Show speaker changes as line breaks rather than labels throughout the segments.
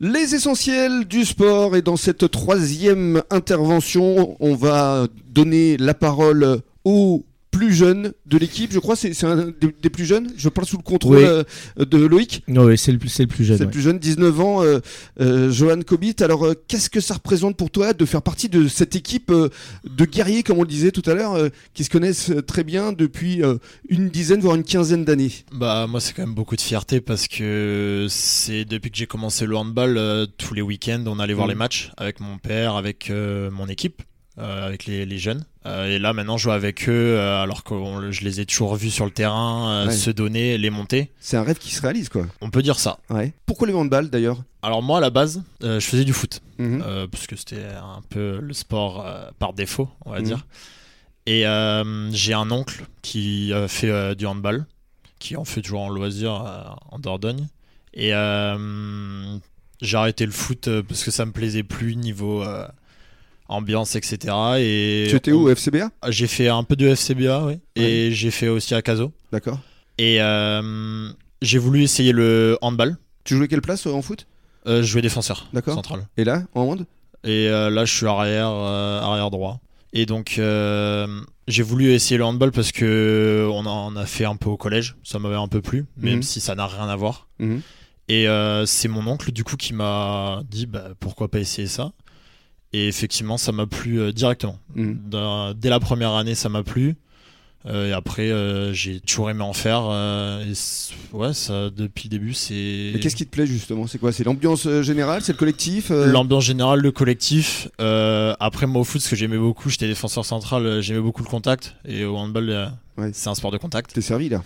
Les essentiels du sport et dans cette troisième intervention, on va donner la parole au plus jeune de l'équipe, je crois, c'est c'est un des, des plus jeunes, je parle sous le contrôle
Oui.
euh, de Loïc,
Non, oui, c'est le, plus- c'est le plus jeune.
c'est le
ouais.
plus jeune, 19 ans, euh, euh, Johan Kobit, alors euh, qu'est-ce que ça représente pour toi de faire partie de cette équipe euh, de guerriers, comme on le disait tout à l'heure, euh, qui se connaissent euh, très bien depuis euh, une dizaine, voire une quinzaine d'années
Bah moi c'est quand même beaucoup de fierté parce que c'est depuis que j'ai commencé le handball, euh, tous les week-ends on allait voir
Mhm.
les matchs avec mon père, avec euh, mon équipe, euh, avec les, les jeunes. Euh, et là maintenant je joue avec eux euh, alors que je les ai toujours vus sur le terrain, euh,
Ouais.
se donner, les monter.
C'est un rêve qui se réalise, quoi.
On peut dire ça.
Ouais. Pourquoi le handball, d'ailleurs
Alors moi à la base euh, je faisais du foot.
Mhm.
euh, parce que c'était un peu le sport euh, par défaut, on va
Mhm.
dire. Et euh, j'ai un oncle qui euh, fait euh, du handball, qui en fait toujours en loisir euh, en Dordogne. Et euh, j'ai arrêté le foot euh, parce que ça me plaisait plus niveau euh, ambiance, etc. Et
Tu étais
on-
où, au FCBA
J'ai fait un peu de FCBA, oui.
Ouais.
Et j'ai fait aussi à Caso.
D'accord.
Et euh, j'ai voulu essayer le handball.
Tu jouais quelle place euh, en foot
Euh, je jouais défenseur
D'accord.
central.
Et là, en hand
Et euh, là, je suis arrière, euh, arrière droit. Et donc, euh, j'ai voulu essayer le handball parce que on en a fait un peu au collège. Ça m'avait un peu plu, même
Mhm.
si ça n'a rien à voir.
Mhm.
Et euh, c'est mon oncle, du coup, qui m'a dit bah, pourquoi pas essayer ça. Et effectivement, ça m'a plu euh, directement.
Mhm.
D'un- dès la première année, ça m'a plu. Euh, et après, euh, j'ai toujours aimé en faire. euh, et c- ouais, ça, depuis le début, c'est.
Et qu'est-ce qui te plaît, justement C'est quoi C'est l'ambiance euh, générale C'est le collectif euh,
L'ambiance générale, le collectif. euh, après, moi au foot, ce que j'aimais beaucoup, j'étais défenseur central, euh, j'aimais beaucoup le contact. Et au handball, euh,
Ouais.
c'est un sport de contact.
T'es servi, là.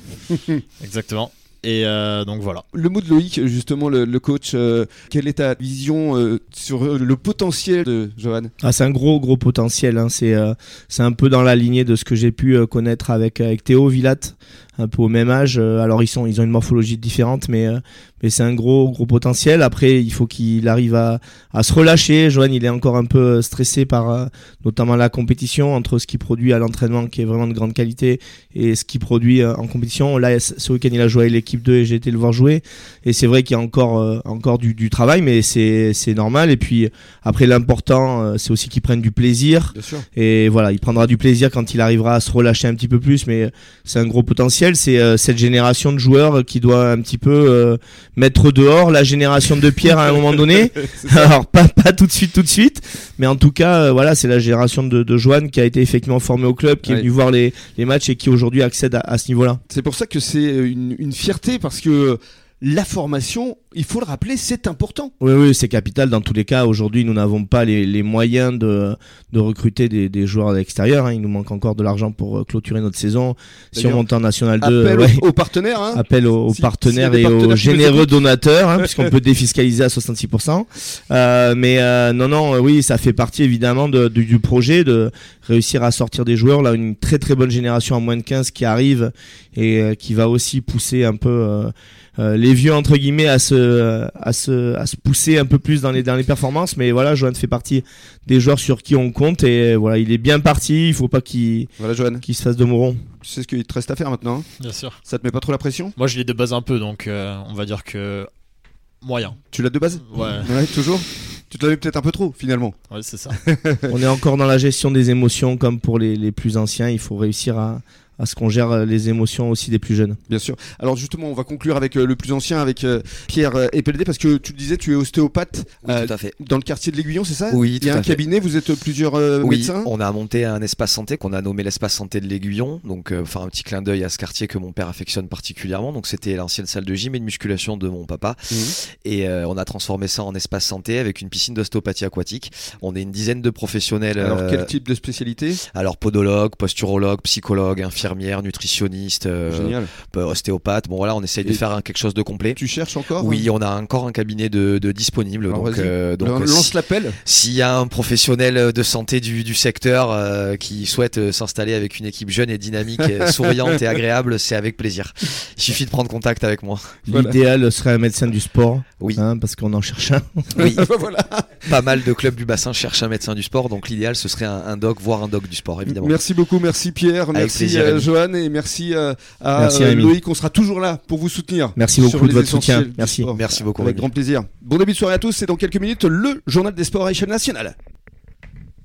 Exactement. Et euh, donc voilà.
Le mot de Loïc, justement, le, le coach, euh, quelle est ta vision euh, sur euh, le potentiel de Johan
Ah, c'est un gros, gros potentiel. hein. C'est euh, c'est un peu dans la lignée de ce que j'ai pu euh, connaître avec, avec Théo Villatte, un peu au même âge. Euh, alors, ils, sont, ils ont une morphologie différente, mais, euh, mais c'est un gros, gros potentiel. Après, il faut qu'il arrive à, à se relâcher. Johan, il est encore un peu euh, stressé par euh, notamment la compétition, entre ce qu'il produit à l'entraînement, qui est vraiment de grande qualité, et ce qu'il produit euh, en compétition. Là, ce ce week-end, il a joué avec l'équipe 2 et j'ai été le voir jouer. Et c'est vrai qu'il y a encore, euh, encore du, du travail, mais c'est c'est normal. Et puis, après, l'important, euh, c'est aussi qu'il prenne du plaisir.
Bien sûr.
Et voilà, il prendra du plaisir quand il arrivera à se relâcher un petit peu plus. Mais euh, c'est un gros potentiel. C'est euh, cette génération de joueurs euh, qui doit un petit peu euh, mettre dehors la génération de Pierre à un moment donné. Alors pas, pas tout de suite, tout de suite, mais en tout cas, euh, voilà, c'est la génération de, de Joanne qui a été effectivement formée au club, qui
Ouais.
est venue voir les, les matchs et qui aujourd'hui accède à, à ce niveau-là.
C'est pour ça que c'est euh, une, une fierté, parce que euh, la formation, il faut le rappeler, c'est important.
Oui, oui, c'est capital. Dans tous les cas, aujourd'hui, nous n'avons pas les, les moyens de, de recruter des, des joueurs à l'extérieur. hein. Il nous manque encore de l'argent pour euh, clôturer notre saison. Si on
D'ailleurs,
monte en National 2,
Appel
ouais,
aux, aux partenaires, hein.
appel aux, aux
Si-
partenaires
s'il y a des
et
partenaires
aux
qui nous
généreux
écoutent.
donateurs, hein, puisqu'on peut défiscaliser à 66%. Euh, mais euh, non, non, euh, oui, ça fait partie évidemment de- du, du projet de réussir à sortir des joueurs. Là, une très très bonne génération en moins de 15 qui arrive et euh, qui va aussi pousser un peu euh, euh, les vieux entre guillemets à se à se à se pousser un peu plus dans les dans les performances. Mais voilà, Johan fait partie des joueurs sur qui on compte et euh, voilà, il est bien parti. Il faut pas qu'il
Voilà, Johan,
qu'il se fasse de moron.
tu sais ce qu'il te reste à faire maintenant. hein.
Bien sûr.
Ça te met pas trop la pression
Moi, je l'ai de base un peu, donc euh, on va dire que moyen.
Tu l'as de base
Ouais,
Ouais, toujours. Tu te l'avais peut-être un peu trop, finalement.
ouais c'est ça.
On est encore dans la gestion des émotions, comme pour les, les plus anciens. Il faut réussir à, à ce qu'on gère euh, les émotions aussi des plus jeunes.
Bien sûr. Alors justement, on va conclure avec euh, le plus ancien, avec euh, Pierre euh, Epeldet, parce que tu le disais, tu es ostéopathe
Oui,
euh,
tout à fait.
dans le quartier de l'Aiguillon, c'est ça
Oui,
Il y a
tout
un
à fait.
cabinet, vous êtes plusieurs euh,
Oui,
médecins.
on a monté un espace santé qu'on a nommé l'espace santé de l'Aiguillon. Donc, euh, enfin, un petit clin d'œil à ce quartier que mon père affectionne particulièrement. Donc, c'était l'ancienne salle de gym et de musculation de mon papa.
Mhm.
Et euh, on a transformé ça en espace santé avec une piscine d'ostéopathie aquatique. On est une dizaine de professionnels.
Alors
euh,
quel type de spécialité
alors, podologue, posturologue, psychologue, infirmière, nutritionniste, euh,
Génial.
euh, ostéopathe. Bon, voilà, on essaye de
Et-
faire un- quelque chose de complet.
Tu cherches encore
Oui, on a encore un cabinet de, de disponible.
Alors,
donc,
vas-y.
euh, donc,
Lan-
euh,
lance
si-
l'appel.
s'il y a un professionnel euh, de santé du, du secteur euh, qui souhaite euh, s'installer avec une équipe jeune et dynamique, euh, souriante et agréable, c'est avec plaisir. Il suffit de prendre contact avec moi.
Voilà.
L'idéal serait un médecin du sport,
Oui,
hein, parce qu'on en cherche un.
oui.
Bah, voilà.
pas mal de clubs du bassin cherchent un médecin du sport, donc l'idéal ce serait un, un doc, voire un doc du sport, évidemment.
Merci beaucoup, merci Pierre,
Avec
merci
plaisir,
euh, euh, Johan et merci euh, à
Merci,
euh,
Rémi.
Loïc. On sera toujours là pour vous soutenir.
Merci
sur
beaucoup de
les
votre
essentiels
soutien.
du
Merci.
sport.
Merci beaucoup.
Avec
Rémi.
grand plaisir. Bon début de soirée à tous. C'est dans quelques minutes le journal des sports à échelle nationale.